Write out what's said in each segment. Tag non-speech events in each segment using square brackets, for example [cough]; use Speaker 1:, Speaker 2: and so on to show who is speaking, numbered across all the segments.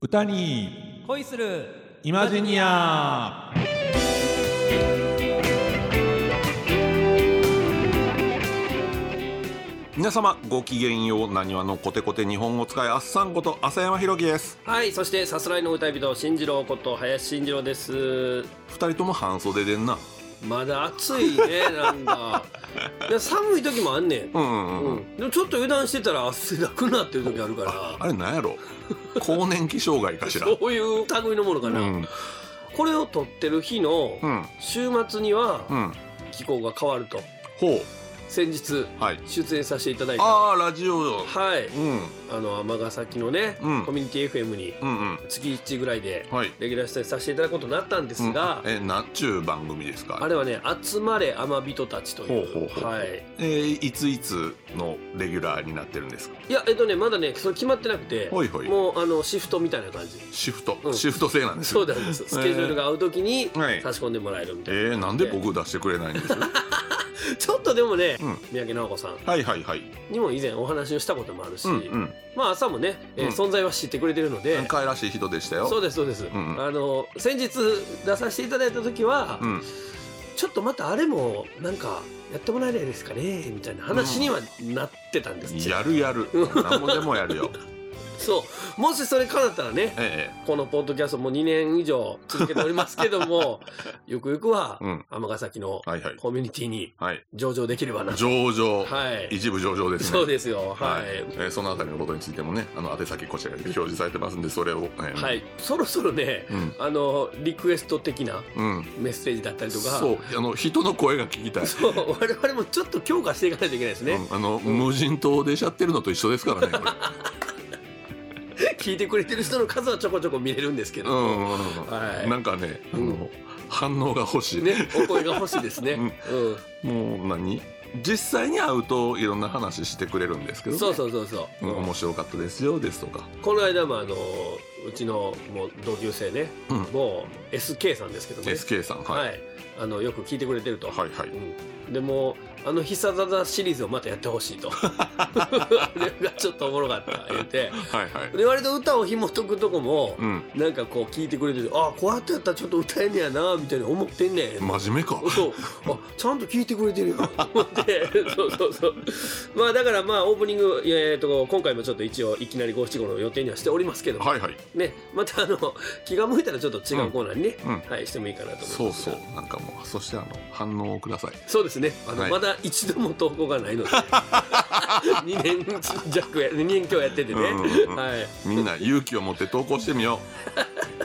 Speaker 1: 歌に
Speaker 2: 恋する
Speaker 1: イマジニア皆様ごきげんようなにわのコテコテ日本語使いあっさんこと浅山弘樹です
Speaker 3: はいそしてさすらいの歌い人進次郎こと林進次郎です
Speaker 1: 二人とも半袖でんな
Speaker 3: まだ暑い
Speaker 2: [laughs]
Speaker 3: ねなんかいや寒い時もあんねん、
Speaker 1: うんうんうん、
Speaker 3: うん、でもちょっと油断してたら汗なくなってる時あるから
Speaker 1: あれなんやろ更年期障害かしら
Speaker 3: そういう類のものかな、
Speaker 1: うん
Speaker 3: これを撮ってる日の
Speaker 1: うん
Speaker 3: 週末には
Speaker 1: うん
Speaker 3: 気候が変わると
Speaker 1: ほ
Speaker 3: 先日
Speaker 1: うはい
Speaker 3: 出演させていただいた
Speaker 1: あーラジオ
Speaker 3: はい
Speaker 1: うん
Speaker 3: あの尼崎のね、
Speaker 1: うん
Speaker 3: コミュニティ FM に
Speaker 1: うんうん
Speaker 3: 月1ぐらいで
Speaker 1: はい
Speaker 3: レギュラー出演させていただくことになったんですが、
Speaker 1: うんえなんちゅう番組ですか
Speaker 3: あれはね「集まれ天人たち」という
Speaker 1: ほうほうほう
Speaker 3: はい、
Speaker 1: えーいついつのレギュラーになってるんですか
Speaker 3: いやえっとねまだねそれ決まってなくて
Speaker 1: ほいほい
Speaker 3: もうあのシフトみたいな感
Speaker 1: [laughs]
Speaker 3: じ
Speaker 1: シフト、
Speaker 3: うん
Speaker 1: シフト制なんです
Speaker 3: そうなんですスケジュールが合う時に
Speaker 1: はい
Speaker 3: 差し込んでもらえるみたいな、
Speaker 1: えー、なんで僕出してくれないんです
Speaker 3: ちょっとでもね、
Speaker 1: うん
Speaker 3: 三宅直子さん
Speaker 1: はいはいはい
Speaker 3: にも以前お話をしたこともあるし、
Speaker 1: うんうん
Speaker 3: まあ朝もね、えー
Speaker 1: うん
Speaker 3: 存在は知ってくれてるので、
Speaker 1: 可愛らしい人でしたよ
Speaker 3: そうですそうです、
Speaker 1: んうん
Speaker 3: あの先日出させていただいた時は、
Speaker 1: うん
Speaker 3: ちょっとまたあれもなんかやってもらえないですかねみたいな話にはなってたんです、
Speaker 1: やるやる何もでもや
Speaker 3: [laughs]
Speaker 1: るよ
Speaker 3: そうもしそれかなったらね
Speaker 1: え
Speaker 3: このポッドキャストも2年以上続けておりますけど
Speaker 1: [laughs]
Speaker 3: もゆくゆくは
Speaker 1: えうん
Speaker 3: 尼崎の
Speaker 1: はいはい
Speaker 3: コミュニティに
Speaker 1: はい
Speaker 3: 上場できればなと
Speaker 1: 上場、
Speaker 3: はい
Speaker 1: 一部上場ですね
Speaker 3: そうですよは
Speaker 1: え
Speaker 3: い、
Speaker 1: ーそのあたりのことについてもねあの宛先こちらに表示されてますんでそれを、えー
Speaker 3: はい、そろそろね
Speaker 1: うん
Speaker 3: あのリクエスト的な
Speaker 1: うん
Speaker 3: メッセージだったりとか
Speaker 1: そうあの人の声が聞きたい
Speaker 3: そう我々もちょっと強化していかないといけないですね、
Speaker 1: うんあの、無人島でしちゃってるのと一緒ですか
Speaker 3: [laughs]
Speaker 1: らねこれ
Speaker 3: 聞いてくれてる人の数はちょこちょこ見れるんですけ
Speaker 1: う
Speaker 3: ど、
Speaker 1: んうんうんうん、
Speaker 3: はい
Speaker 1: なんかねあの、
Speaker 3: うん
Speaker 1: 反応が欲しい、
Speaker 3: ね、お声が欲しいですね、うん
Speaker 1: もう何実際に会うといろんな話してくれるんですけどね、
Speaker 3: そうそうそうそうう、
Speaker 1: ん面白かったですよですとか
Speaker 3: この間もあのうちのもう同級生ね、
Speaker 1: うん
Speaker 3: もう SK さんですけどね、
Speaker 1: SK さん
Speaker 3: はい
Speaker 1: はい
Speaker 3: あのよく聞いてくれてると、
Speaker 1: はいはい
Speaker 3: うん、でもうあの「必殺技」シリーズをまたやってほしい
Speaker 1: [laughs]
Speaker 3: と [laughs] あれがちょっとおもろかった言って
Speaker 1: はいはい
Speaker 3: で割と歌を紐解くとこも、
Speaker 1: うん
Speaker 3: なんかこう聞いてくれてるあこうやってやったらちょっと歌えんねやなみたいに思ってんねん
Speaker 1: 真面目か
Speaker 3: そうあちゃんと聞いてくれてるよと思ってそうそうそうまあだからまあオープニング、えー、と今回もちょっと一応いきなり五七五の予定にはしておりますけど、
Speaker 1: はいはい
Speaker 3: ね、またあの気が向いたらちょっと違うコーナーにね、
Speaker 1: うんうん
Speaker 3: はい、してもいいかなと思
Speaker 1: そ
Speaker 3: いうます
Speaker 1: そ
Speaker 3: が
Speaker 1: うなんかもうそしてあの反応をください
Speaker 3: そうですねあの、
Speaker 1: はい
Speaker 3: まだ一度も投稿がない
Speaker 1: [laughs]
Speaker 3: ので2年弱や2年今日やっててね、
Speaker 1: うんうんうん
Speaker 3: は
Speaker 1: みんな勇気を持って投稿してみよ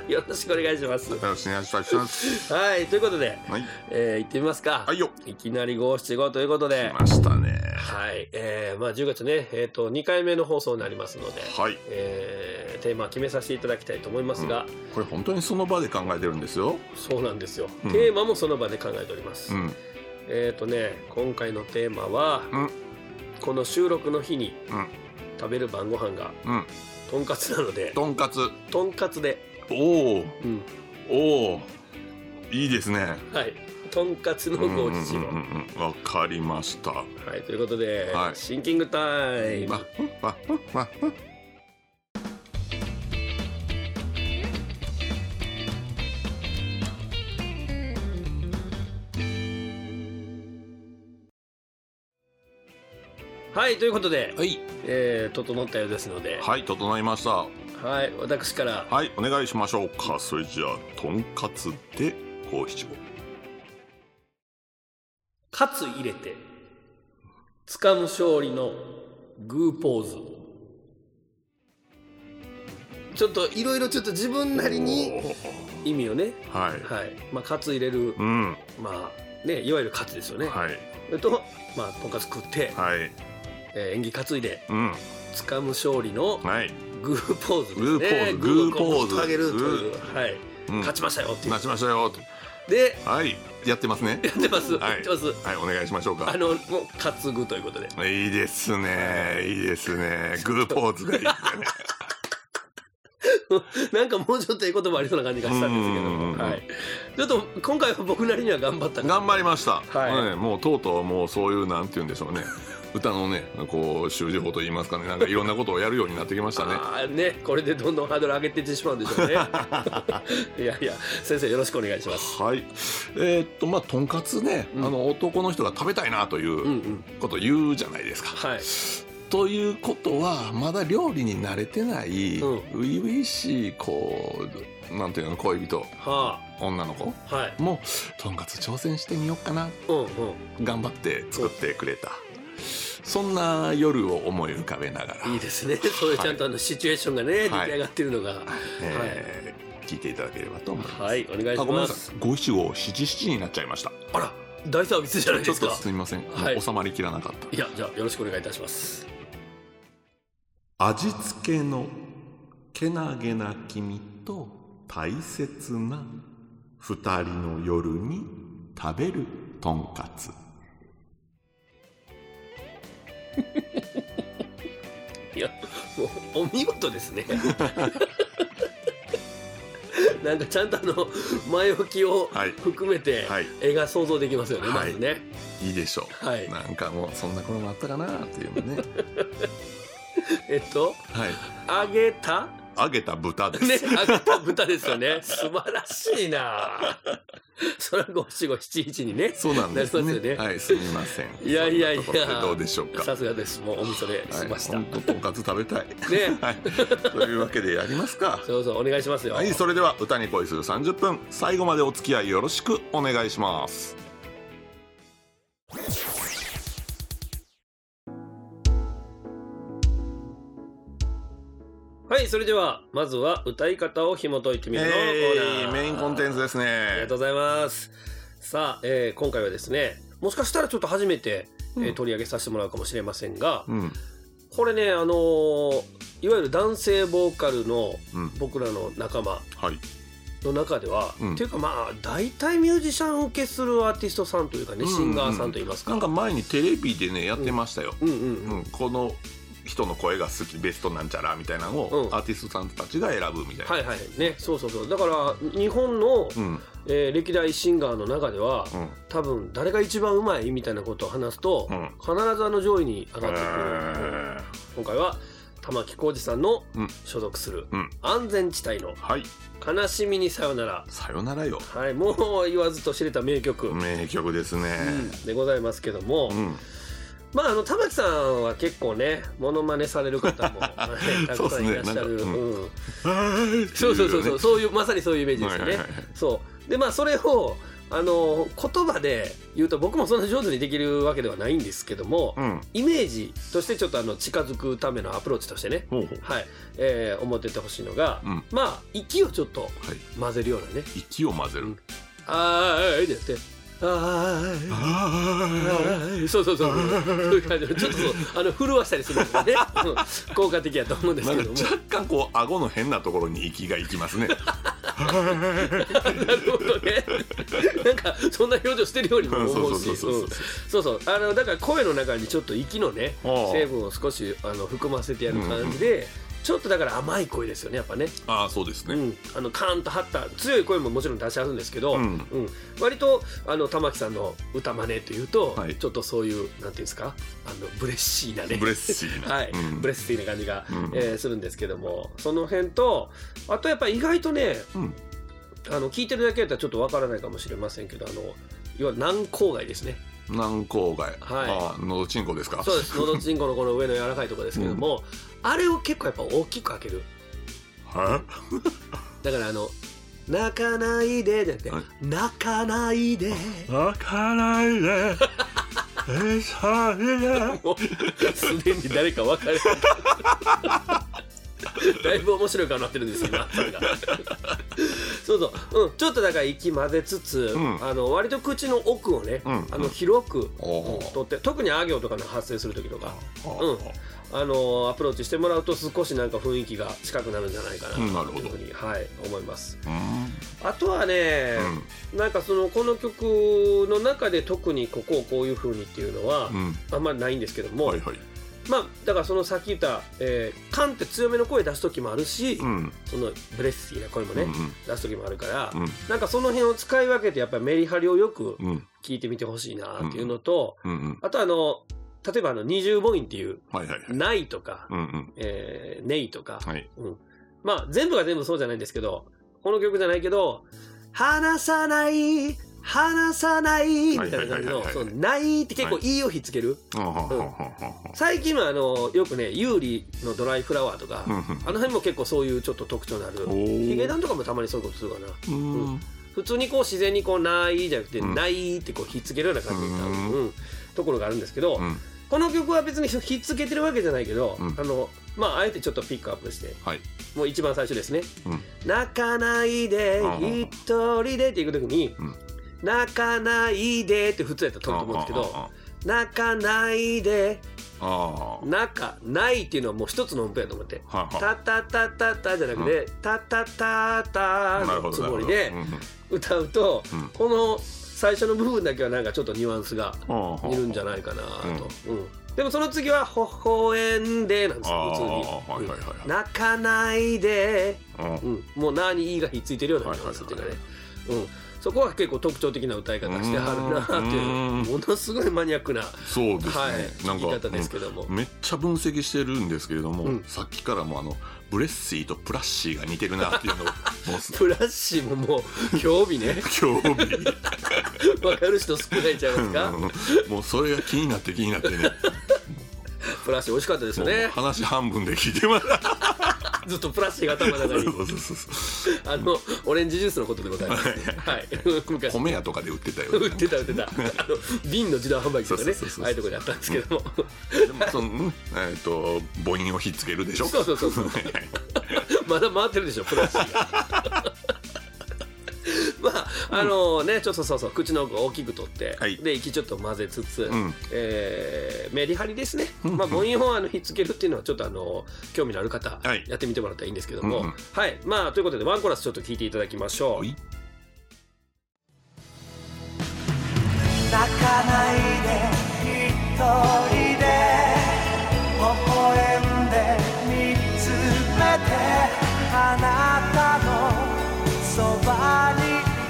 Speaker 3: い、よろしくお願いします
Speaker 1: うよろしくお願いします
Speaker 3: はいということで、
Speaker 1: はい
Speaker 3: えー、行ってみますか、
Speaker 1: はいよ
Speaker 3: いきなり五七五ということで
Speaker 1: 来ましたね
Speaker 3: はい、えーまあ、10月ね、えー、と2回目の放送になりますので、
Speaker 1: はい
Speaker 3: えーテーマ決めさせていただきたいと思いますが、
Speaker 1: これ本当にその場で考えてるんですよ
Speaker 3: そうなんですよ、
Speaker 1: うん
Speaker 3: テーマもその場で考えております、
Speaker 1: うん
Speaker 3: えっ、とね今回のテーマは、
Speaker 1: うん
Speaker 3: この収録の日に
Speaker 1: うん
Speaker 3: 食べる晩ご飯が
Speaker 1: うん
Speaker 3: とんかつなので
Speaker 1: とんかつ
Speaker 3: とんかつで、
Speaker 1: おお
Speaker 3: うん
Speaker 1: おおいいですね
Speaker 3: はいとんかつのごちそう
Speaker 1: うんうんうんうんわかりましたわ
Speaker 3: はいということで、
Speaker 1: はい
Speaker 3: シンキングタイム
Speaker 1: わわ
Speaker 3: はいということで、
Speaker 1: はい
Speaker 3: えー整ったようですので
Speaker 1: はい整いました
Speaker 3: はい、私から
Speaker 1: はい、お願いしましょうか。それじゃあ、とんかつで五七五。
Speaker 3: カツ入れて掴む勝利のグーポーズちょっといろいろちょっと自分なりに意味をね
Speaker 1: はい。
Speaker 3: はいまあカツ入れる
Speaker 1: うん、は
Speaker 3: まあねいわゆるカツですよね、
Speaker 1: い、
Speaker 3: それとまあとんかつ食って、
Speaker 1: はい、
Speaker 3: えー演技担いで
Speaker 1: うん、
Speaker 3: 掴む勝利の
Speaker 1: はい、
Speaker 3: グーポーズですね
Speaker 1: グーポーズグーポ
Speaker 3: グをこ
Speaker 1: ーズ
Speaker 3: う上げるという、はい、
Speaker 1: うん、
Speaker 3: 勝ちましたよっていう
Speaker 1: 勝ちましたよ。
Speaker 3: で
Speaker 1: はい、やってますね。
Speaker 3: やってます、
Speaker 1: はい
Speaker 3: やってます
Speaker 1: はい、お願いしましょう
Speaker 3: あ
Speaker 1: か。
Speaker 3: のもう担ぐということで
Speaker 1: いいですね、いいですね。グーポー
Speaker 3: [laughs]
Speaker 1: ズがいいですね。
Speaker 3: なんかもうちょっといい言葉ありそうな感じがしたんですけど
Speaker 1: うんうんうんうん
Speaker 3: も、はい、ちょっと今回は僕なりには頑張ったか
Speaker 1: 頑張りました。
Speaker 3: はい
Speaker 1: ねもうとうとう、もうそういうなんて言うんでしょうね。歌のねこう習字法といいますかねなんかいろんなことをやるようになってきましたね
Speaker 3: あーねこれでどんどんハードル上げていってしまうんでし
Speaker 1: [laughs]
Speaker 3: ょうねいやいや先生よろしくお願いします
Speaker 1: はいえーっとまあとんかつね、
Speaker 3: うん
Speaker 1: あの男の人が食べたいなとい
Speaker 3: うんう
Speaker 1: うんことを言うじゃないですか、
Speaker 3: はい
Speaker 1: ということはまだ料理に慣れてない初
Speaker 3: うん
Speaker 1: 々、しいこうなんていうの恋人
Speaker 3: は
Speaker 1: 女の子
Speaker 3: あはい
Speaker 1: もとんかつ挑戦してみようかな
Speaker 3: うんうん
Speaker 1: 頑張って作ってくれたそんな夜を思い浮かべながら
Speaker 3: いいですねそういうちゃんとあのシチュエーションがね、
Speaker 1: はい
Speaker 3: 出来上がってるのが
Speaker 1: えー聞いていただければと思います、
Speaker 3: はいお願い
Speaker 1: あ
Speaker 3: し
Speaker 1: ごめん
Speaker 3: ま
Speaker 1: な
Speaker 3: す
Speaker 1: さい五七五七七になっちゃいました
Speaker 3: あら大サービスじゃない
Speaker 1: ち
Speaker 3: で
Speaker 1: ょっ
Speaker 3: す
Speaker 1: と
Speaker 3: か
Speaker 1: すみません、
Speaker 3: はい
Speaker 1: 収まりきらなかっ
Speaker 3: いやじゃあよろしくお願いいたします
Speaker 1: た味付けのけなげな君と大切な二人の夜に食べるとんかつ
Speaker 3: いやもうお見事です
Speaker 1: [laughs]
Speaker 3: ねなんかちゃんとあの前置きを
Speaker 1: はい
Speaker 3: 含めて
Speaker 1: はい
Speaker 3: 絵が想像できますよね、
Speaker 1: は
Speaker 3: ま
Speaker 1: い
Speaker 3: ずね
Speaker 1: いいでしょ
Speaker 3: は
Speaker 1: う
Speaker 3: い
Speaker 1: なんかもうそんな頃もあったかなっていうのね
Speaker 3: [laughs] えっと
Speaker 1: はい
Speaker 3: 揚げた
Speaker 1: 揚げた豚です、
Speaker 3: ね、揚げた豚ですよね。素晴らしいな。それは五七五七一にね。
Speaker 1: そうなんです
Speaker 3: な
Speaker 1: ね
Speaker 3: [laughs] りそうですよね
Speaker 1: はいすみません
Speaker 3: いやいやいや
Speaker 1: そんなところでどうでしょうか
Speaker 3: さすがです。もうおみそれしました。
Speaker 1: はい、本当とんかつ食べたい、
Speaker 3: ね、
Speaker 1: [laughs] はい、というわけでやりますか
Speaker 3: [laughs] そうそうお願いしますよ。
Speaker 1: はい、それでは歌に恋する30分最後までお付き合いよろしくお願いします
Speaker 3: はい、それではまずは歌い方を紐解いてみるのコー
Speaker 1: え
Speaker 3: ナー。
Speaker 1: ーメインコンテンツです
Speaker 3: あり
Speaker 1: ね
Speaker 3: がとうございます。さあ、えー今回はですね、もしかしたらちょっと初めて、えー
Speaker 1: うん
Speaker 3: 取り上げさせてもらうかもしれませんが、
Speaker 1: うん
Speaker 3: これね、あのーいわゆる男性ボーカルの
Speaker 1: うん
Speaker 3: 僕らの仲間
Speaker 1: はい
Speaker 3: の中では、
Speaker 1: うん
Speaker 3: っていうかまあ大体ミュージシャン受けするアーティストさんというかね、
Speaker 1: うんうん
Speaker 3: シンガーさんといいますか
Speaker 1: なんか前にテレビでねやってましたよ、
Speaker 3: うんうん
Speaker 1: う
Speaker 3: うんん、
Speaker 1: この人の声が好きベストなんちゃらみたいなの
Speaker 3: う
Speaker 1: を、
Speaker 3: ん
Speaker 1: アーティストさんたちが選ぶみたいな、
Speaker 3: はいはいねそうそうそうだから日本の、
Speaker 1: うん
Speaker 3: えー歴代シンガーの中では、
Speaker 1: うん
Speaker 3: 多分誰が一番うまいみたいなことを話すと、
Speaker 1: うん
Speaker 3: 必ずあの上位に上がってくる、
Speaker 1: えー
Speaker 3: 今回は玉置浩二さんの
Speaker 1: うん
Speaker 3: 所属する、
Speaker 1: うん
Speaker 3: 安全地帯の
Speaker 1: はい
Speaker 3: 「悲しみにさよなら
Speaker 1: さよならよ」
Speaker 3: はいもう言わずと知れた名曲、
Speaker 1: 名曲ですね
Speaker 3: うんでございますけども、
Speaker 1: うん
Speaker 3: まあ、あの玉木さんは結構ねモノマネされる方
Speaker 1: [laughs]
Speaker 3: もはいたくさんいらっしゃる
Speaker 1: そうっすねなんか
Speaker 3: うん
Speaker 1: はい
Speaker 3: そうそうそう
Speaker 1: ってい
Speaker 3: そううそういうまさにそういうイメージ
Speaker 1: ね
Speaker 3: ですよね。
Speaker 1: はいはいはい
Speaker 3: そうでまあそれをあの言葉で言うと僕もそんな上手にできるわけではないんですけども、
Speaker 1: うん
Speaker 3: イメージとしてちょっとあの近づくためのアプローチとしてね、
Speaker 1: ほうほう
Speaker 3: はいえー思っててほしいのが、
Speaker 1: うんは
Speaker 3: まあ息をちょっと
Speaker 1: い
Speaker 3: 混ぜるようなね
Speaker 1: 息を混ぜる
Speaker 3: 「あーい」ってやって「あーい」
Speaker 1: あ
Speaker 3: そうそうそうそういう感じのちょっとそうあの震わしたりするのがねうん効果的やと思うんです
Speaker 1: な
Speaker 3: け
Speaker 1: ん
Speaker 3: ども
Speaker 1: か若干こう顎の変なところに息がい
Speaker 3: [laughs]
Speaker 1: きますね。
Speaker 3: なるほどねなんかそんな表情してるようにも思うし
Speaker 1: そうそうそうそう
Speaker 3: うんそうそうあのだから声の中にちょっと息のね
Speaker 1: ああ
Speaker 3: 成分を少しあの含ませてやる感じで、ちょっとだから甘い声ですよねやっぱね
Speaker 1: ああそうです
Speaker 3: う
Speaker 1: ね。
Speaker 3: ん、あのカーンと張った強い声ももちろん出し合うんですけど、
Speaker 1: う
Speaker 3: うんん割とあの玉木さんの歌真似というと、
Speaker 1: はい
Speaker 3: ちょっとそういうなんていうんですかあのブレッシーなね
Speaker 1: ブレッシーな。
Speaker 3: はい、
Speaker 1: うん
Speaker 3: ブレスティーな感じが、
Speaker 1: うん
Speaker 3: えーするんですけどもその辺とあとやっぱ意外とね
Speaker 1: うん
Speaker 3: あの聞いてるだけだったらちょっとわからないかもしれませんけどあのいわゆる軟口外ですね
Speaker 1: 軟口外。
Speaker 3: はい
Speaker 1: ああのどちんこですか。
Speaker 3: そうです喉チンコのこの上の柔らかいところですけども、あれを結構やっぱ大きく開ける
Speaker 1: は
Speaker 3: だからあの「泣かないで」じゃなくて
Speaker 1: はい
Speaker 3: 「泣かないで」
Speaker 1: い。泣かないで。えさえ。
Speaker 3: もうすでに誰か分かれ [laughs] だいぶ面白い顔になってるんですよ今そうそう、うん、ちょっとだから息混ぜつつ、
Speaker 1: うん
Speaker 3: あの割と口の奥をね、
Speaker 1: うん
Speaker 3: あの広く
Speaker 1: おー
Speaker 3: 取って特にあ行とかの発生する時とか
Speaker 1: あ
Speaker 3: あのアプローチしてもらうと少しなんか雰囲気が近くなるんじゃないかな
Speaker 1: うんなるほ
Speaker 3: と
Speaker 1: ど
Speaker 3: いうふうに、はい、思います
Speaker 1: あ
Speaker 3: あとはね
Speaker 1: う、
Speaker 3: なんかそのこの曲の中で特にここをこういうふうにっていうのは、
Speaker 1: んうん。
Speaker 3: あんまりないんですけども、
Speaker 1: はいはい。
Speaker 3: まあだからそのさっき言った「えー、カン」って強めの声出す時もあるし、
Speaker 1: うん
Speaker 3: そのブレスティーな声も
Speaker 1: う
Speaker 3: ね、
Speaker 1: ん
Speaker 3: 出す時もあるから、
Speaker 1: うん
Speaker 3: なんかその辺を使い分けてやっぱりメリハリをよく
Speaker 1: うん
Speaker 3: 聞いてみてほしいなっていうのと、
Speaker 1: うんうん
Speaker 3: あとあの例えばあの20母音っていう、
Speaker 1: はいはいはい。
Speaker 3: ないとか、
Speaker 1: うんうん。
Speaker 3: えー、ねいとか、
Speaker 1: はい。
Speaker 3: まあ全部が全部そうじゃないんですけど、この曲じゃないけど、話さない、話さない、みたいな感じ
Speaker 1: は
Speaker 3: の、
Speaker 1: いはいはいはいはい
Speaker 3: そのないって結構いいをひっつける。
Speaker 1: あははは
Speaker 3: 最近はあの、よくね、ユーリのドライフラワーとか、
Speaker 1: はは。
Speaker 3: あの辺も結構そういうちょっと特徴のある。
Speaker 1: うんうん。おお。
Speaker 3: ヒゲダンとかもたまにそういうことするかな。
Speaker 1: うん。
Speaker 3: 普通にこう自然にこうないじゃなくて、
Speaker 1: うん
Speaker 3: ないってこうひっつけるような感じになる、
Speaker 1: うん
Speaker 3: うんところがあるんですけど、
Speaker 1: うん。
Speaker 3: この曲は別にひっつけてるわけじゃないけど、
Speaker 1: うん
Speaker 3: あのまああえてちょっとピックアップして、
Speaker 1: はい
Speaker 3: もう一番最初ですね
Speaker 1: うん
Speaker 3: 「泣かないで
Speaker 1: うんうんうん
Speaker 3: 一人で」っていく時に
Speaker 1: うん
Speaker 3: 「泣かないで」って普通やったら取ると思うんですけど
Speaker 1: あ
Speaker 3: 「泣かないで」
Speaker 1: あ
Speaker 3: 「
Speaker 1: あ
Speaker 3: 泣かない」っていうのはもう一つの音符やと思って。
Speaker 1: あ。はい
Speaker 3: タ
Speaker 1: は
Speaker 3: タタタタじゃなくて、タタタタ
Speaker 1: い。な
Speaker 3: の
Speaker 1: るほ
Speaker 3: つ
Speaker 1: ど。な
Speaker 3: も
Speaker 1: るほ
Speaker 3: り
Speaker 1: ど
Speaker 3: で
Speaker 1: うんうん
Speaker 3: 歌うと、
Speaker 1: うん
Speaker 3: この最初の部分だけはなんかちょっとニュアンスが
Speaker 1: あははい
Speaker 3: るんじゃないかなと、うんでもその次は「ほほえんで」なんですよ普通に、
Speaker 1: ああはいはいはい
Speaker 3: うん泣かないで、
Speaker 1: はい。う
Speaker 3: うんん、もう「な」に「い」がひっついてるようなニュアンスっていうかね、うん、そこは結構特徴的な歌い方してはるなって
Speaker 1: うん
Speaker 3: いうものすごいマニアックな、は
Speaker 1: そうですね。
Speaker 3: い、
Speaker 1: な
Speaker 3: 弾
Speaker 1: ん
Speaker 3: き
Speaker 1: か
Speaker 3: 方ですけども、
Speaker 1: うんめっちゃ分析してるんですけれども、
Speaker 3: うん
Speaker 1: さっきからもあのブレッシーとプラッシーが似てるなっていう
Speaker 3: [laughs]
Speaker 1: のをもうす
Speaker 3: プラッシーももう興味ね
Speaker 1: 興味
Speaker 3: 分かる人少ないんちゃいますか
Speaker 1: うんもうそれが気になって気になって
Speaker 3: [laughs]
Speaker 1: ね
Speaker 3: プラッシー美味しかったです
Speaker 1: もう
Speaker 3: ね
Speaker 1: 話半分で聞いてます
Speaker 3: ずっとプラッシーが頭の中
Speaker 1: そう
Speaker 3: に
Speaker 1: そうそうそう
Speaker 3: あのオレンジジュースのことでございます、はい、昔
Speaker 1: 米屋とかで売ってたよ
Speaker 3: 売ってた売ってたあの瓶の自動販売機とかね
Speaker 1: そうそうそうそう
Speaker 3: ああいうとこにあったんですけども
Speaker 1: でもその、うんえっ、と母音をひっつけるでしょ
Speaker 3: そうそうそうそうまだ回ってるでしょプラスチック [laughs] がまああのねちょっとそうそう口の奥を大きく取って、
Speaker 1: はい
Speaker 3: で息ちょっと混ぜつつ、
Speaker 1: うん
Speaker 3: えーメリハリですね、
Speaker 1: うん
Speaker 3: まあ、母音をあのひっつけるっていうのはちょっとあの興味のある方、
Speaker 1: はい
Speaker 3: やってみてもらったらいいんですけども、
Speaker 1: うんうん
Speaker 3: はいまあということでワンコーラスちょっと聞いていただきましょう、
Speaker 1: はい
Speaker 2: 泣かないで一人で微笑んで見つめてあなたのそばに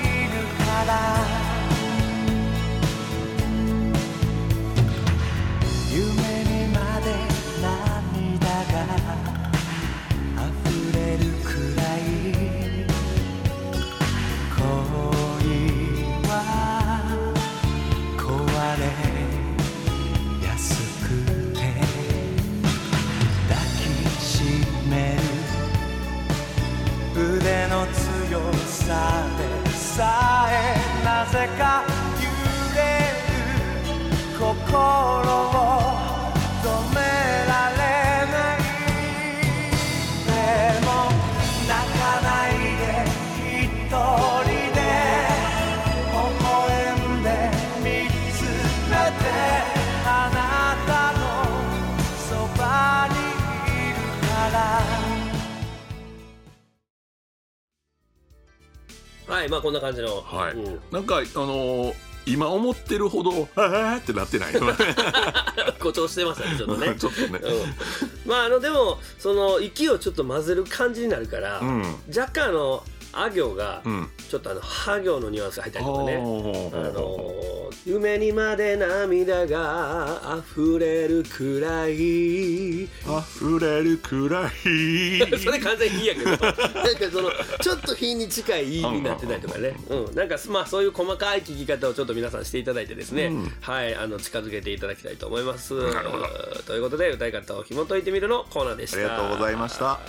Speaker 2: いるから夢にまで涙が溢れるくらい恋は壊れやすくて抱きしめる腕の強さでさえなぜか揺れる心を止められないでも泣かないで一人で微笑んで見つめてあなたのそばにいるから
Speaker 3: はいまあこんな感じの、
Speaker 1: はい
Speaker 3: うん [laughs]
Speaker 1: なんかあのー今思ってるほど「ああ」ってなっ
Speaker 3: [laughs]
Speaker 1: てないちょっ
Speaker 3: 誇張してますねちょっと
Speaker 1: と
Speaker 3: ね
Speaker 1: [laughs] ね
Speaker 3: うんまああのでもその息をちょっと混ぜる感じになるから、
Speaker 1: うん
Speaker 3: 若干あのあ行が
Speaker 1: うん
Speaker 3: ちょっとあのは行のニュアンスが入ったりとかね。あ
Speaker 1: ね
Speaker 3: の夢にまで涙が溢れるくらい
Speaker 1: 溢れるくらい
Speaker 3: [laughs] それ完全にいいやけどなんかそのちょっと品に近いいになってたりとかね、うん、なんかまあそういう細かい聞き方をちょっと皆さんしていただいてですね、
Speaker 1: うん
Speaker 3: はいあの近づけていただきたいと思います
Speaker 1: なるほど
Speaker 3: ということで歌い方を紐解いてみるのコーナーでした
Speaker 1: ありがとうございました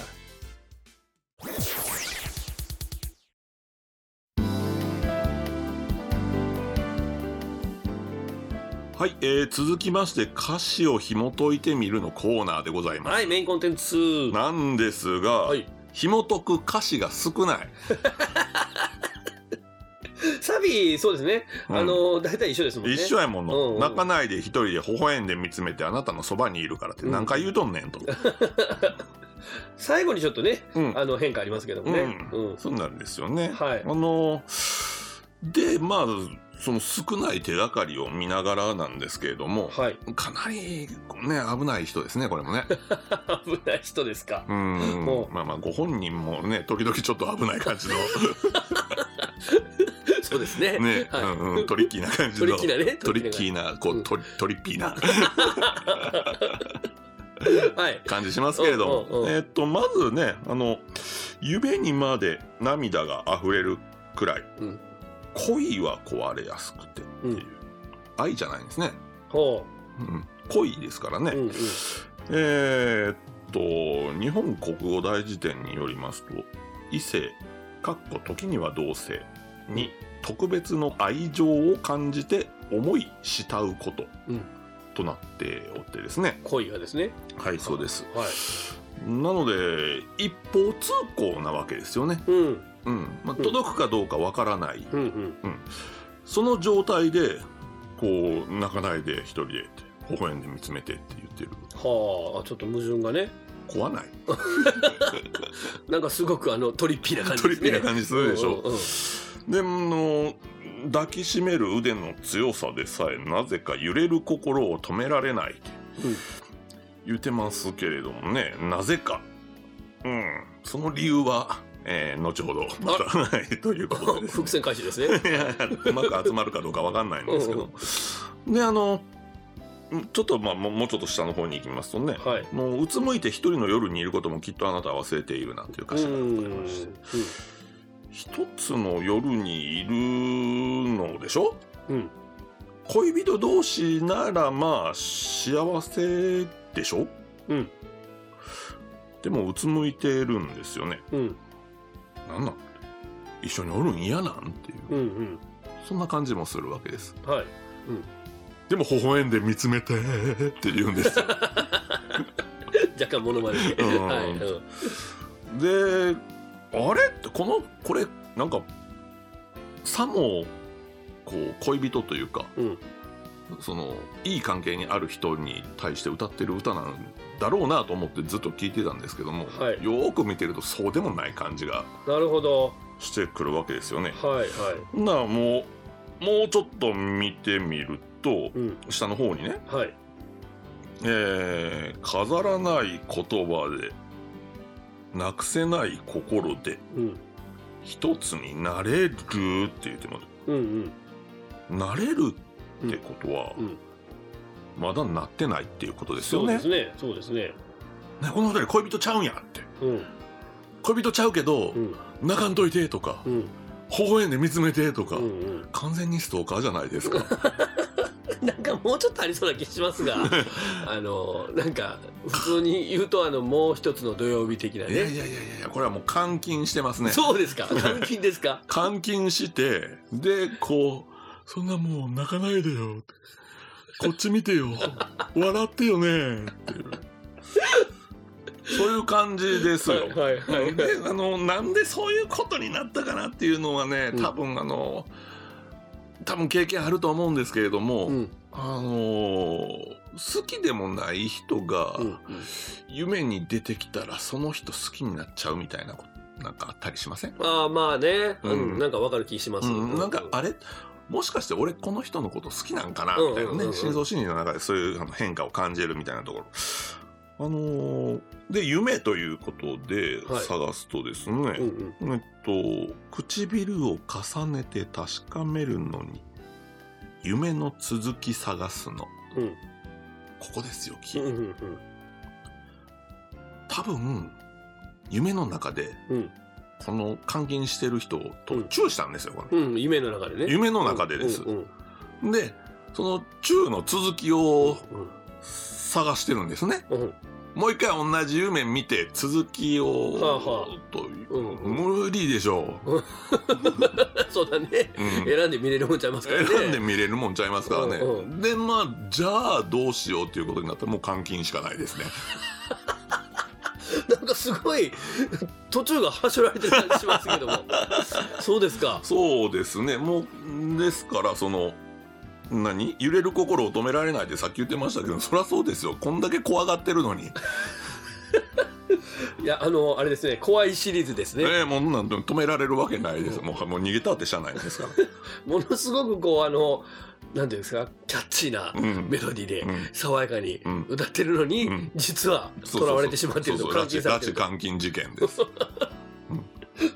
Speaker 1: はい、えー続きまして歌詞を紐解いてみるのコーナーでございます、
Speaker 3: はいメインコンテンツ
Speaker 1: なんですが、
Speaker 3: はい
Speaker 1: 紐解く歌詞が少ない
Speaker 3: サビそうですね、
Speaker 1: うん
Speaker 3: あの大体一緒ですもんね
Speaker 1: 一緒やもの、
Speaker 3: うんうん
Speaker 1: 泣かないで一人で微笑んで見つめてあなたのそばにいるからって何回言うとんねんと、
Speaker 3: 最後にちょっとね、
Speaker 1: うん
Speaker 3: あの変化ありますけどもね、う
Speaker 1: うんんそうなんですよね、
Speaker 3: はい
Speaker 1: あのでまあその少ない手がかりを見ながらなんですけれども、
Speaker 3: はい [laughs]
Speaker 1: かなりね危ない人ですねこれもね
Speaker 3: 危ない人ですか
Speaker 1: うん
Speaker 3: もう [laughs]
Speaker 1: まあまあご本人もね時々ちょっと危ない感じの
Speaker 3: そそうですね。
Speaker 1: ね、
Speaker 3: [laughs] はい
Speaker 1: うんうんトリッキーな感じ
Speaker 3: ト
Speaker 1: の
Speaker 3: リッキーなね
Speaker 1: トリッキーなこ
Speaker 3: う
Speaker 1: うんトリトリッピーな
Speaker 3: はい。
Speaker 1: 感じしますけれど
Speaker 3: うんうん
Speaker 1: も
Speaker 3: うん
Speaker 1: えっとまずねあの夢にまで涙が溢れるくらい、
Speaker 3: うん
Speaker 1: 恋は壊れやすくてっていう、
Speaker 3: うん
Speaker 1: 愛じゃないんですね、
Speaker 3: ほ
Speaker 1: うん、恋ですからね、
Speaker 3: う。うんうん。
Speaker 1: えーっと、日本国語大辞典によりますと、異性、かっこ時には同性に特別の愛情を感じて思い慕うこと、
Speaker 3: うん
Speaker 1: となっておってですね。
Speaker 3: 恋がですね。
Speaker 1: はい、そうです。
Speaker 3: はい。
Speaker 1: なので、一方通行なわけですよね。
Speaker 3: うん。
Speaker 1: うん。まあ、
Speaker 3: うん
Speaker 1: 届くかどうかわからない。
Speaker 3: うんうん。
Speaker 1: その状態で、こう、泣かないで一人でって、微笑んで見つめてって言ってる。
Speaker 3: はあ、ちょっと矛盾がね。
Speaker 1: 怖ない。
Speaker 3: なんかすごくあのトリッピーな感じ [laughs]
Speaker 1: ト
Speaker 3: で
Speaker 1: リ
Speaker 3: すね。
Speaker 1: ッピーな感じするでし
Speaker 3: う
Speaker 1: ょ。
Speaker 3: んうんうん
Speaker 1: であの抱きしめる腕の強さでさえなぜか揺れる心を止められないって
Speaker 3: うん
Speaker 1: 言ってますけれどもねなぜかうんその理由は、えー後ほどまた [laughs] はいということでです
Speaker 3: [laughs]
Speaker 1: ね
Speaker 3: 伏線回収ですね。
Speaker 1: いや [laughs] うまく集まるかどうかわかんないんですけどであのちょっとまあもうもうちょっと下の方に行きますとね、
Speaker 3: はい。
Speaker 1: もううつむいて一人の夜にいることもきっとあなたは忘れているなんていう歌詞がございまして一つの夜にいるのでしょ
Speaker 3: うんうん。
Speaker 1: 恋人同士ならまあ幸せでしょ
Speaker 3: うん
Speaker 1: でもうつむいてるんですよね
Speaker 3: うん
Speaker 1: なんなん一緒におるん嫌なんっていう、
Speaker 3: うんうん
Speaker 1: そんな感じもするわけです
Speaker 3: うん。はい。
Speaker 1: でも微笑んで見つめてって言うんですよ
Speaker 3: 若干モノマネで。
Speaker 1: うん
Speaker 3: はい。うん
Speaker 1: [laughs] であれってこのこれなんかさもこう恋人というか
Speaker 3: うん。
Speaker 1: そのいい関係にある人に対して歌ってる歌なんだろうなと思ってずっと聞いてたんですけども、
Speaker 3: はい
Speaker 1: よーく見てるとそうでもない感じが
Speaker 3: なるほど。
Speaker 1: してくるわけですよね。
Speaker 3: はいはい。
Speaker 1: ならもうもうちょっと見てみると
Speaker 3: うん。
Speaker 1: 下の方にね、
Speaker 3: はい。
Speaker 1: えー飾らない言葉でなくせない心で
Speaker 3: うん。
Speaker 1: 一つになれるって言ってます。
Speaker 3: うんうん。
Speaker 1: なれるってことは、
Speaker 3: うんうん
Speaker 1: まだなってないっていうことです
Speaker 3: そ
Speaker 1: よ
Speaker 3: う
Speaker 1: ね
Speaker 3: で。すね。そうですね。
Speaker 1: ねこの二人恋人ちゃうんやって
Speaker 3: うん。
Speaker 1: 恋人ちゃうけど、
Speaker 3: うん。
Speaker 1: 泣かんといてとか、
Speaker 3: うん。
Speaker 1: 微笑んで見つめてとか、
Speaker 3: うんうん。
Speaker 1: 完全にストーカーじゃない
Speaker 3: [laughs]
Speaker 1: ですか
Speaker 3: なんかもうちょっとありそうな気します
Speaker 1: [laughs]
Speaker 3: が、あの、なんか、普通に言うと、あの、もう一つの土曜日的ない
Speaker 1: やい
Speaker 3: ね。
Speaker 1: やいやいやこれはもう監禁してますね
Speaker 3: そうですか。監禁ですか。
Speaker 1: 監禁してでこうそんなもう泣かないでよこっち見てよ笑ってよねっていうそういう感じですよ、
Speaker 3: はいは
Speaker 1: で
Speaker 3: いはい。
Speaker 1: あのなんでそういうことになったかなっていうのはね
Speaker 3: うん
Speaker 1: 多分あの、多分経験あると思うんですけれども、
Speaker 3: うん。
Speaker 1: あのー好きでもない人が
Speaker 3: うん。
Speaker 1: 夢に出てきたらその人好きになっちゃうみたいなことなんかあったりしません、
Speaker 3: ああ、まあね。う。
Speaker 1: うんん
Speaker 3: なんかわかる気します。
Speaker 1: うん、なんかあれもしかして俺この人のこと好きなんかなみたい
Speaker 3: うんうんう
Speaker 1: なん
Speaker 3: うん
Speaker 1: ね深層心理の中でそういうあの変化を感じるみたいなところ。あのーで夢ということで
Speaker 3: はい
Speaker 1: 探すとですね、
Speaker 3: うんうん。
Speaker 1: えっと、唇を重ねて確かめるのに、夢の続き探すの。
Speaker 3: うん
Speaker 1: ここですよ、
Speaker 3: う
Speaker 1: き
Speaker 3: んうん
Speaker 1: 多分、夢の中で、
Speaker 3: うん
Speaker 1: この監禁してる人
Speaker 3: う
Speaker 1: と
Speaker 3: ん
Speaker 1: チューしたんですよ、こ
Speaker 3: う
Speaker 1: れ
Speaker 3: ん。うん。夢の中でね。
Speaker 1: 夢の中でです
Speaker 3: うん。うん
Speaker 1: で、そのチューの続きを
Speaker 3: うん
Speaker 1: 探してるんですね。
Speaker 3: うんうん。
Speaker 1: もう一回同じ夢見て続きを、
Speaker 3: はあは
Speaker 1: と
Speaker 3: うんうん
Speaker 1: 無理でしょう。
Speaker 3: [laughs] そうだね。
Speaker 1: うん
Speaker 3: 選んで見れるもんちゃいますからね。
Speaker 1: 選んで見れるもんちゃいますからね、
Speaker 3: うんう
Speaker 1: でまあじゃあどうしようっていうことになったらもう監禁しかないですね
Speaker 3: なんかすごい、途中がはしょられてる感じしますけ
Speaker 1: [laughs]
Speaker 3: ども。そうですか。
Speaker 1: そうですねもうですからその何揺れる心を止められないってさっき言ってましたけどそりゃそうですよこんだけ怖がってるのに、
Speaker 3: いや、あの、あれですね、怖いシリーズです
Speaker 1: え
Speaker 3: ね。
Speaker 1: えもうなんて止められるわけないですもうもう逃げたって車内ですか
Speaker 3: [laughs] ものすごくこう、あの、なんていうんですか、キャッチーな
Speaker 1: ら、うん
Speaker 3: メロディーで
Speaker 1: う、ん
Speaker 3: 爽やかに
Speaker 1: うん
Speaker 3: 歌ってるのに
Speaker 1: うん、
Speaker 3: 実は、
Speaker 1: そうそうそう
Speaker 3: 囚われてしまっている
Speaker 1: そ
Speaker 3: と、
Speaker 1: うそう
Speaker 3: 監禁されて
Speaker 1: 拉
Speaker 3: る
Speaker 1: 致。監禁事件です、うん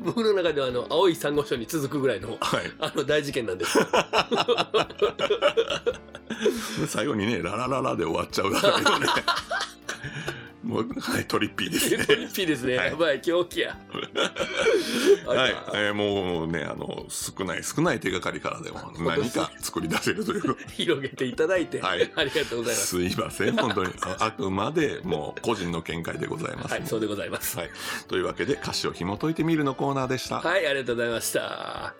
Speaker 3: 僕の中ではあの青い珊瑚礁に続くぐらいの
Speaker 1: はい
Speaker 3: あの大事件なんです。
Speaker 1: 最後にね、ララララで終わっちゃうからね。 [laughs] もう、はい、トリッピーですね。
Speaker 3: トリッピーですね。
Speaker 1: はい
Speaker 3: やばい狂気や。あ
Speaker 1: はい
Speaker 3: れだ、
Speaker 1: えーもうね、あの、少ない少ない手がかりからでも何か作り出せる
Speaker 3: [laughs]
Speaker 1: という。
Speaker 3: 広げていただいて、
Speaker 1: はい
Speaker 3: ありがとうございます。
Speaker 1: すいません、本当に。ああくまでもう個人の見解でございます。
Speaker 3: はい、そうでございます。
Speaker 1: はい。というわけで、歌詞を紐解いてみるのコーナーでした。
Speaker 3: はい、ありがとうございました。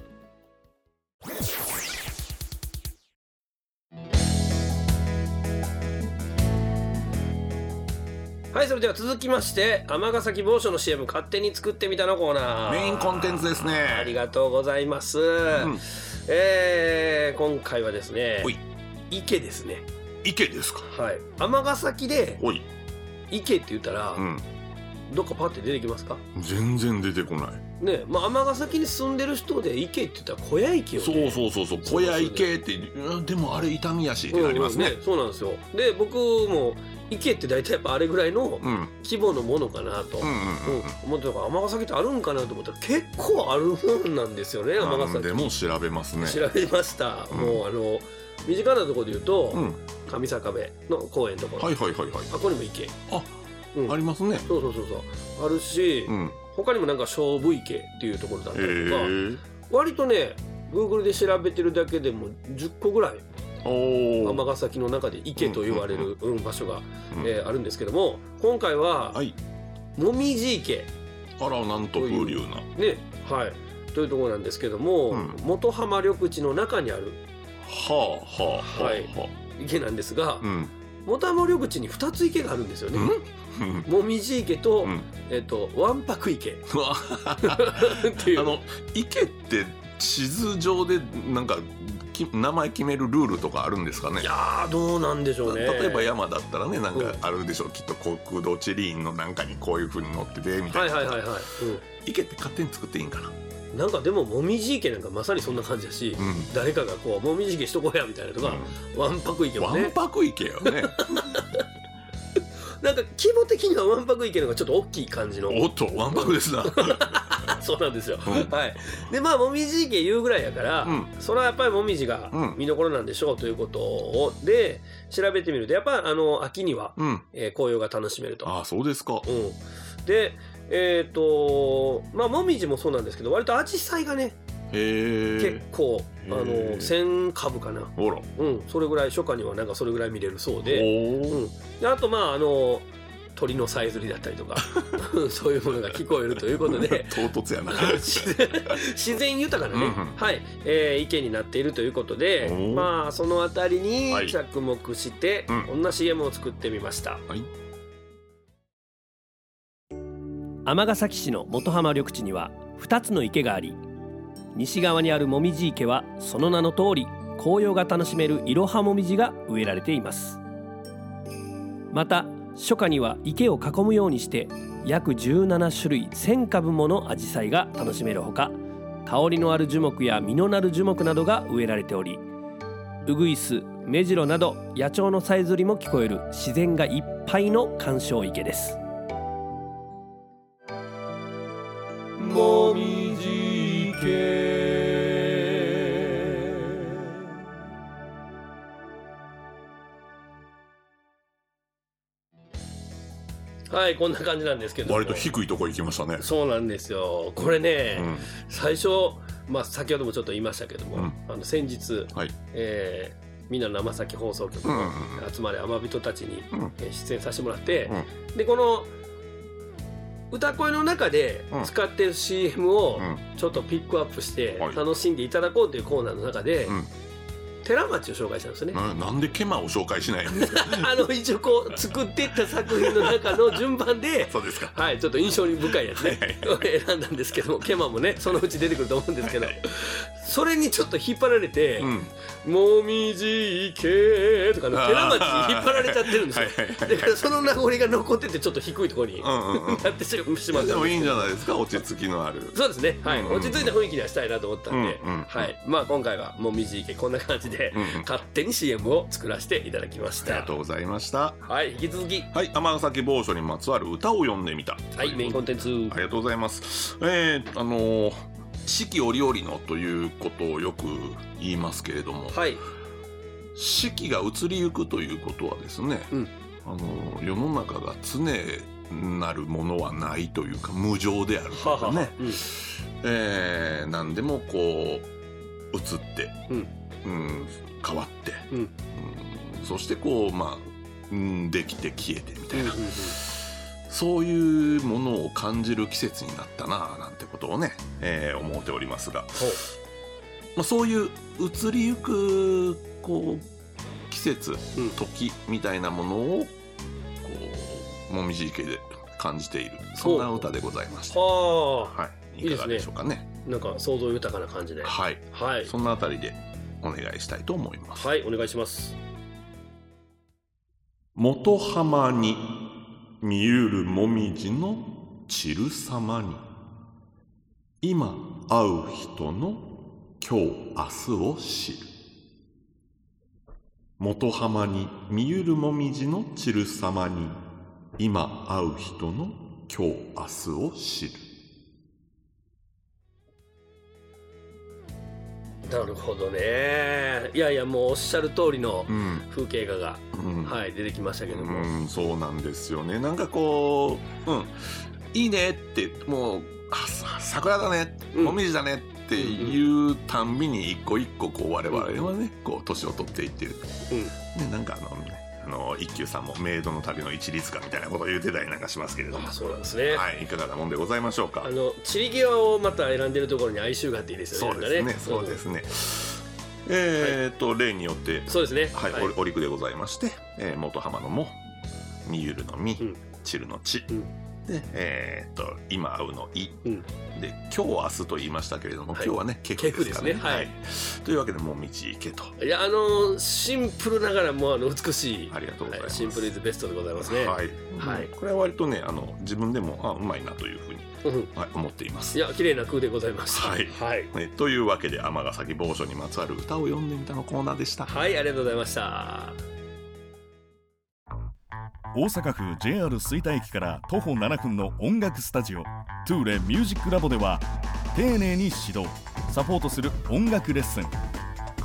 Speaker 3: はい、それでは続きまして、尼崎某所の CM 勝手に作ってみたのコーナー。
Speaker 1: メインコンテンツですね
Speaker 3: ありがとうございます。
Speaker 1: ん
Speaker 3: えー今回はですね
Speaker 1: ほい、
Speaker 3: 池ですね。
Speaker 1: 池ですか
Speaker 3: はい。尼崎で
Speaker 1: おい。
Speaker 3: 池って言ったら、
Speaker 1: うん。
Speaker 3: どっかパって出てきますか
Speaker 1: 全然出てこない。
Speaker 3: ねまあ、尼崎に住んでる人で池って言ったら小屋池よ、ね。
Speaker 1: そうそうそうそう。小屋池って、うんでもあれ痛みやしってなります
Speaker 3: うん
Speaker 1: ね
Speaker 3: うん。そうなんですよで僕も池って大体やっぱあれぐらいの
Speaker 1: うん。うん
Speaker 3: 規模のものかなと、
Speaker 1: う
Speaker 3: うん
Speaker 1: んうん。
Speaker 3: 思ってたから尼崎ってあるんかなと思ったら結構あるもんなんですよね尼
Speaker 1: 何
Speaker 3: 崎
Speaker 1: でも調べますね。
Speaker 3: 調べました、
Speaker 1: うん
Speaker 3: もうあの身近なところで言うと、
Speaker 1: うん。
Speaker 3: 上坂部の公園のところ、
Speaker 1: はいはいはいはい。
Speaker 3: あここにも池
Speaker 1: あ、
Speaker 3: うん
Speaker 1: ありますね。
Speaker 3: そうそうそうそうあるし、
Speaker 1: うん。
Speaker 3: 他にもなんか勝負池っていうところだった
Speaker 1: え
Speaker 3: りとか、
Speaker 1: ー。
Speaker 3: 割とね Google で調べてるだけでも10個ぐらい
Speaker 1: おー。
Speaker 3: 尼崎の中で池と言われる、うん場所が、
Speaker 1: うん
Speaker 3: えーあるんですけども今回は、
Speaker 1: はい。
Speaker 3: もみじ池、
Speaker 1: あら、なんと風流な。
Speaker 3: ねはい、というところなんですけども、
Speaker 1: うん
Speaker 3: 元浜緑地の中にある
Speaker 1: はあはあは
Speaker 3: はい
Speaker 1: あは
Speaker 3: 池なんですが
Speaker 1: あ。うん。
Speaker 3: 元浜緑地に2つ池があるんですよね。
Speaker 1: うん。 [laughs]
Speaker 3: もみじ池と,、
Speaker 1: うん
Speaker 3: えっとわんぱく
Speaker 1: [laughs]
Speaker 3: 池っ
Speaker 1: うわ
Speaker 3: ていう
Speaker 1: あの池って地図上でなんかき名前決めるルールとかあるんですかね
Speaker 3: いやーどうなんでしょうね。
Speaker 1: 例えば山だったらねなん
Speaker 3: う
Speaker 1: か
Speaker 3: ん
Speaker 1: あるでしょうきっと航空土地リーンのなんかにこういうふうに乗っててみた
Speaker 3: はいい
Speaker 1: な、
Speaker 3: はいはいはい、
Speaker 1: 池って勝手に作っていいんかな
Speaker 3: うん、なんかでももみじ池なんかまさにそんな感じだし、
Speaker 1: うん、
Speaker 3: 誰かがこうもみじ池しとこうやみたいなとか、わんぱく池
Speaker 1: うん
Speaker 3: も
Speaker 1: わん
Speaker 3: ね
Speaker 1: ぱく池よね
Speaker 3: なんか規模的にはわんぱく池の方がちょっと大きい感じの
Speaker 1: [laughs] おっとわんぱくですな
Speaker 3: [laughs] そうなんですよ、
Speaker 1: うん
Speaker 3: はいでまあもみじ池言うぐらいやから、
Speaker 1: うん
Speaker 3: それはやっぱりもみじが
Speaker 1: うん
Speaker 3: 見どころなんでしょうということをで調べてみるとやっぱあの秋には、
Speaker 1: うん
Speaker 3: えー紅葉が楽しめると。
Speaker 1: ああそうですか
Speaker 3: うん、でえっ、とまあもみじもそうなんですけど割とアジサイがね
Speaker 1: へ
Speaker 3: 結
Speaker 1: え
Speaker 3: 構あの
Speaker 1: へえ
Speaker 3: 1,000株かな、
Speaker 1: ほら
Speaker 3: うん、それぐらい初夏にはなんかそれぐらい見れるそうで。
Speaker 1: おお、
Speaker 3: であとまああの鳥のさえずりだったりとか [laughs] そういうものが聞こえるということで
Speaker 1: [laughs] 唐突やな
Speaker 3: [laughs] 自然自然豊かなね、
Speaker 1: うんうん
Speaker 3: はいえー池になっているということで
Speaker 1: おー
Speaker 3: まあその辺りに
Speaker 1: はい
Speaker 3: 着目して、
Speaker 1: うん
Speaker 3: こんな CM を作ってみました
Speaker 1: はい
Speaker 3: 尼崎市の元浜緑地には2つの池があり西側にあるもみじ池はその名の通り紅葉が楽しめるいろはもみじが植えられていますまた初夏には池を囲むようにして約17種類1000株ものアジサイが楽しめるほか香りのある樹木や実のなる樹木などが植えられておりウグイスメジロなど野鳥のさえずりも聞こえる自然がいっぱいの観賞池です
Speaker 1: もみじ
Speaker 3: はいこんな感じなんですけども
Speaker 1: 割と低いとこ行きましたね
Speaker 3: そうなんですよこれね、
Speaker 1: うん
Speaker 3: 最初、まあ、先ほどもちょっと言いましたけども、
Speaker 1: うん
Speaker 3: あの先日、
Speaker 1: はい
Speaker 3: えーみんなの生崎放送局
Speaker 1: うんうん
Speaker 3: の集まれ天人たちに、
Speaker 1: うん
Speaker 3: えー出演させてもらって、でこの歌声の中で
Speaker 1: うん
Speaker 3: 使ってる CM を
Speaker 1: うん
Speaker 3: ちょっとピックアップして
Speaker 1: はい
Speaker 3: 楽しんでいただこうというコーナーの中で、
Speaker 1: うん
Speaker 3: 寺町を紹介したんですよね。
Speaker 1: ななんでケマを紹介しないんですか
Speaker 3: [laughs] あの一応こう作ってった作品の中の順番で
Speaker 1: [laughs] そうですか
Speaker 3: はい、ちょっと印象に深いやつね
Speaker 1: はい、
Speaker 3: を選んだんですけども、ケマもね、そのうち出てくると思うんですけど、それにちょっと引っ張られて、
Speaker 1: うん
Speaker 3: もみじ池とかの寺町に引っ張られちゃってるんですよ
Speaker 1: あ。ーはいはいはい
Speaker 3: だからその名残が残ってて、ちょっと低いところに
Speaker 1: うんうんうん
Speaker 3: なってしまったん
Speaker 1: [laughs] でもいいんじ
Speaker 3: ゃ
Speaker 1: ゃないですか落ち着きのある
Speaker 3: そうですね、はい、
Speaker 1: うんうんうん
Speaker 3: 落ち着いた雰囲気にはしたいなと思ったんで、
Speaker 1: うんうん
Speaker 3: はい、まあ今回はもみじ池こんな感じでで、
Speaker 1: うん
Speaker 3: 勝手に CM を作らせていただきまし
Speaker 1: ありが
Speaker 3: た
Speaker 1: とうございました
Speaker 3: はい引き続き
Speaker 1: はい尼崎某所にまつわる歌を読んでみた
Speaker 3: はいメインコンテンツ
Speaker 1: ありがとうございます。えー、あのー四季折々のということをよく言いますけれども、
Speaker 3: はい
Speaker 1: 四季が移りゆくということはですね、
Speaker 3: うん
Speaker 1: あのー世の中が常なるものはないというか無常であると
Speaker 3: はあ
Speaker 1: いうか
Speaker 3: はあ
Speaker 1: ね、
Speaker 3: うん
Speaker 1: えー何でもこう移って、
Speaker 3: うん
Speaker 1: うん変わって、
Speaker 3: うん
Speaker 1: うんそしてこうまあ、うん、できて消えてみたいな。
Speaker 3: うんうんうん
Speaker 1: そういうものを感じる季節になったなあなんてことをね、えー思っておりますが、
Speaker 3: ほう
Speaker 1: まあ、そういう移りゆくこう季節、
Speaker 3: うん
Speaker 1: 時みたいなものをこうもみじ池で感じているそんな歌でございました。
Speaker 3: は
Speaker 1: はい、いかがでしょうかね
Speaker 3: あなんか想像豊かな感じでは
Speaker 1: はい、
Speaker 3: い
Speaker 1: そんなあたりでお願いしたいと思います。
Speaker 3: はいお願いします
Speaker 1: 元浜に見ゆるもみじの散る様に今会う人の今日明日を知る元浜に見ゆるもみじの散る様に今会う人の今日明日を知る
Speaker 3: なるほどねいやいやもうおっしゃる通りの
Speaker 1: うん、
Speaker 3: 風景画が、
Speaker 1: うん
Speaker 3: はい出てきましたけども、
Speaker 1: うん、そうなんですよねなんかこう、うん、いいねってもうあさ桜だね、
Speaker 3: うん
Speaker 1: もみじだねっていうたんびに一個一個こう我々はねこう年を取っていってる、ね、なんかあのあの一休さんもメイドの旅の一律かみたいなことを言うてたりなんかしますけれども
Speaker 3: あそうなんですね、
Speaker 1: はいいかがなもんでございましょうか
Speaker 3: あの散り際をまた選んでるところに哀愁があっていいですよ
Speaker 1: そ
Speaker 3: ね
Speaker 1: うです
Speaker 3: な
Speaker 1: ね
Speaker 3: んか
Speaker 1: そうですね、えー、っと例によって
Speaker 3: そうですね
Speaker 1: はい、おお陸でございまして、えー元浜野も、みゆるのみ、
Speaker 3: うん
Speaker 1: ちるのち、
Speaker 3: うん
Speaker 1: で、えーっと、今会うのい、
Speaker 3: うん
Speaker 1: で、今日明日と言いましたけれども、
Speaker 3: はい
Speaker 1: 今日はね、結構ですからね
Speaker 3: 結構ですねはい
Speaker 1: というわけで、もみじ池と、
Speaker 3: いやあのシンプルながらもうあの美しい
Speaker 1: ありがとうございます。
Speaker 3: シンプルイズベストでございますね、
Speaker 1: はい、
Speaker 3: はい
Speaker 1: これは割とね、あの、自分でも、あ、うまいなというふうに、
Speaker 3: うん
Speaker 1: はい、思っています。
Speaker 3: いや綺麗な空でございました
Speaker 1: はい
Speaker 3: はい、
Speaker 1: ねというわけで、尼崎某所にまつわる歌を読んでみたのコーナーでした。
Speaker 3: はいありがとうございました
Speaker 4: 大阪府 JR 吹田駅から徒歩7分の音楽スタジオトゥーレミュージックラボでは丁寧に指導サポートする音楽レッスン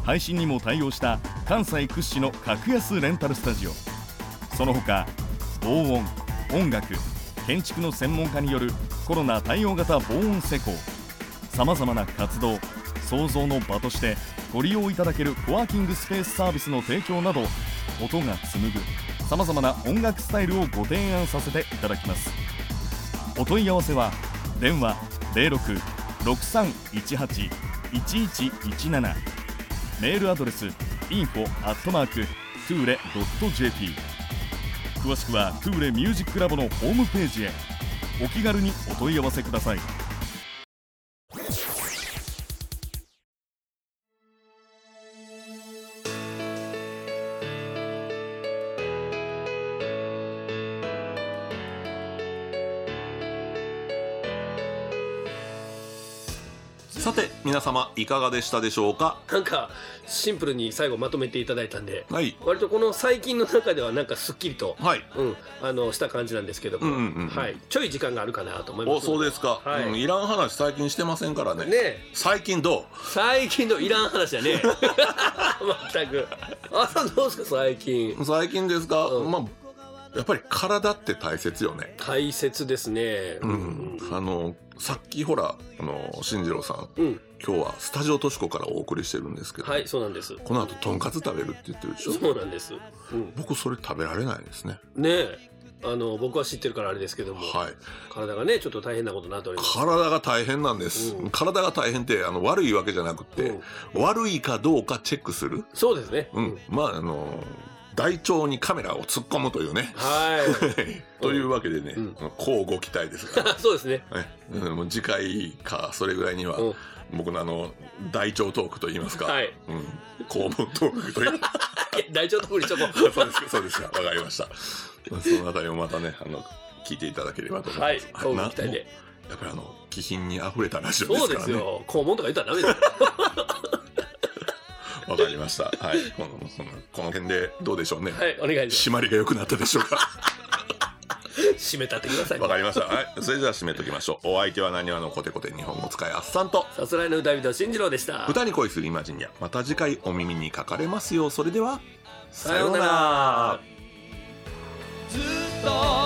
Speaker 4: 配信にも対応した関西屈指の格安レンタルスタジオその他防音音楽建築の専門家によるコロナ対応型防音施工さまざまな活動創造の場としてご利用いただけるコワーキングスペースサービスの提供など音が紡ぐさまざまな音楽スタイルをご提案させていただきますお問い合わせは電話0663181117メールアドレス info at mark tule.jp 詳しくは Tule ミュージックラボのホームページへお気軽にお問い合わせください
Speaker 1: さて、皆様、いかがでしたでしょうか
Speaker 3: なんかシンプルに最後まとめていただいたんで
Speaker 1: はい。
Speaker 3: 割とこの最近の中ではなんかすっきりと、
Speaker 1: はい。
Speaker 3: うん、あのした感じなんですけども、
Speaker 1: うんうんうん
Speaker 3: はい、ちょい時間があるかなと思います
Speaker 1: お、そうですか。
Speaker 3: はい
Speaker 1: うん、いらん話最近してませんからね。
Speaker 3: ねえ
Speaker 1: 最近どう
Speaker 3: 最近のいらん話だ
Speaker 1: [laughs]
Speaker 3: ね全くあどうですか最近
Speaker 1: 最近ですか、
Speaker 3: うん
Speaker 1: まあやっぱり体って大切よね。
Speaker 3: 大切ですね
Speaker 1: うん、あのさっきほらあの進次郎さん
Speaker 3: うん、
Speaker 1: 今日はスタジオとしこからお送りしてるんですけど、
Speaker 3: はいそうなんです
Speaker 1: この後とんかつ食べるって言ってるでしょ
Speaker 3: そうなんです、うん、
Speaker 1: 僕それ食べられないですね
Speaker 3: ねえあの僕は知ってるからあれですけども、
Speaker 1: はい
Speaker 3: 体がねちょっと大変なことになっております
Speaker 1: 体が大変なんです、
Speaker 3: うん
Speaker 1: 体が大変ってあの悪いわけじゃなくて、
Speaker 3: うん
Speaker 1: 悪いかどうかチェックする、
Speaker 3: そうですね、
Speaker 1: うん、まああの大腸にカメラを突っ込むというね
Speaker 3: はい
Speaker 1: [laughs] というわけでね、
Speaker 3: うん
Speaker 1: あの乞うご期待です
Speaker 3: [laughs]
Speaker 1: から
Speaker 3: そうですね
Speaker 1: ねうん、もう次回かそれぐらいには、
Speaker 3: うん
Speaker 1: 僕のあの大腸トークといいますか、
Speaker 3: はい
Speaker 1: うん、肛門トークといい
Speaker 3: [laughs]
Speaker 1: ますか
Speaker 3: いや大丈夫にしとこう
Speaker 1: そうですかそうですかわかりましたそのあたりをまたねあの聞いていただければと思いま
Speaker 3: はい、
Speaker 1: す、
Speaker 3: 乞うご
Speaker 1: な
Speaker 3: 期待で
Speaker 1: も。うやっぱりあの気品にあふれたラジオで
Speaker 3: そ
Speaker 1: す
Speaker 3: うで
Speaker 1: から
Speaker 3: す
Speaker 1: ね
Speaker 3: よ。肛門とか言ったらダメですよ。
Speaker 1: わかりました。はい。この、この、この辺でどうでしょうね。
Speaker 3: はい、お願いし
Speaker 1: 締まりが良くなったでしょう
Speaker 3: [laughs]
Speaker 1: か。
Speaker 3: ます。締めたってください
Speaker 1: わ。かりました。はい。それじゃあ締めときましょう。お相手は何わのコテコテ日本語使いあっさんと、
Speaker 3: さすらいの歌人、進次郎でした。
Speaker 1: 歌に恋するイマジンや、また次回お耳にかかれますよう。それでは、
Speaker 3: さようなら。
Speaker 2: ずっと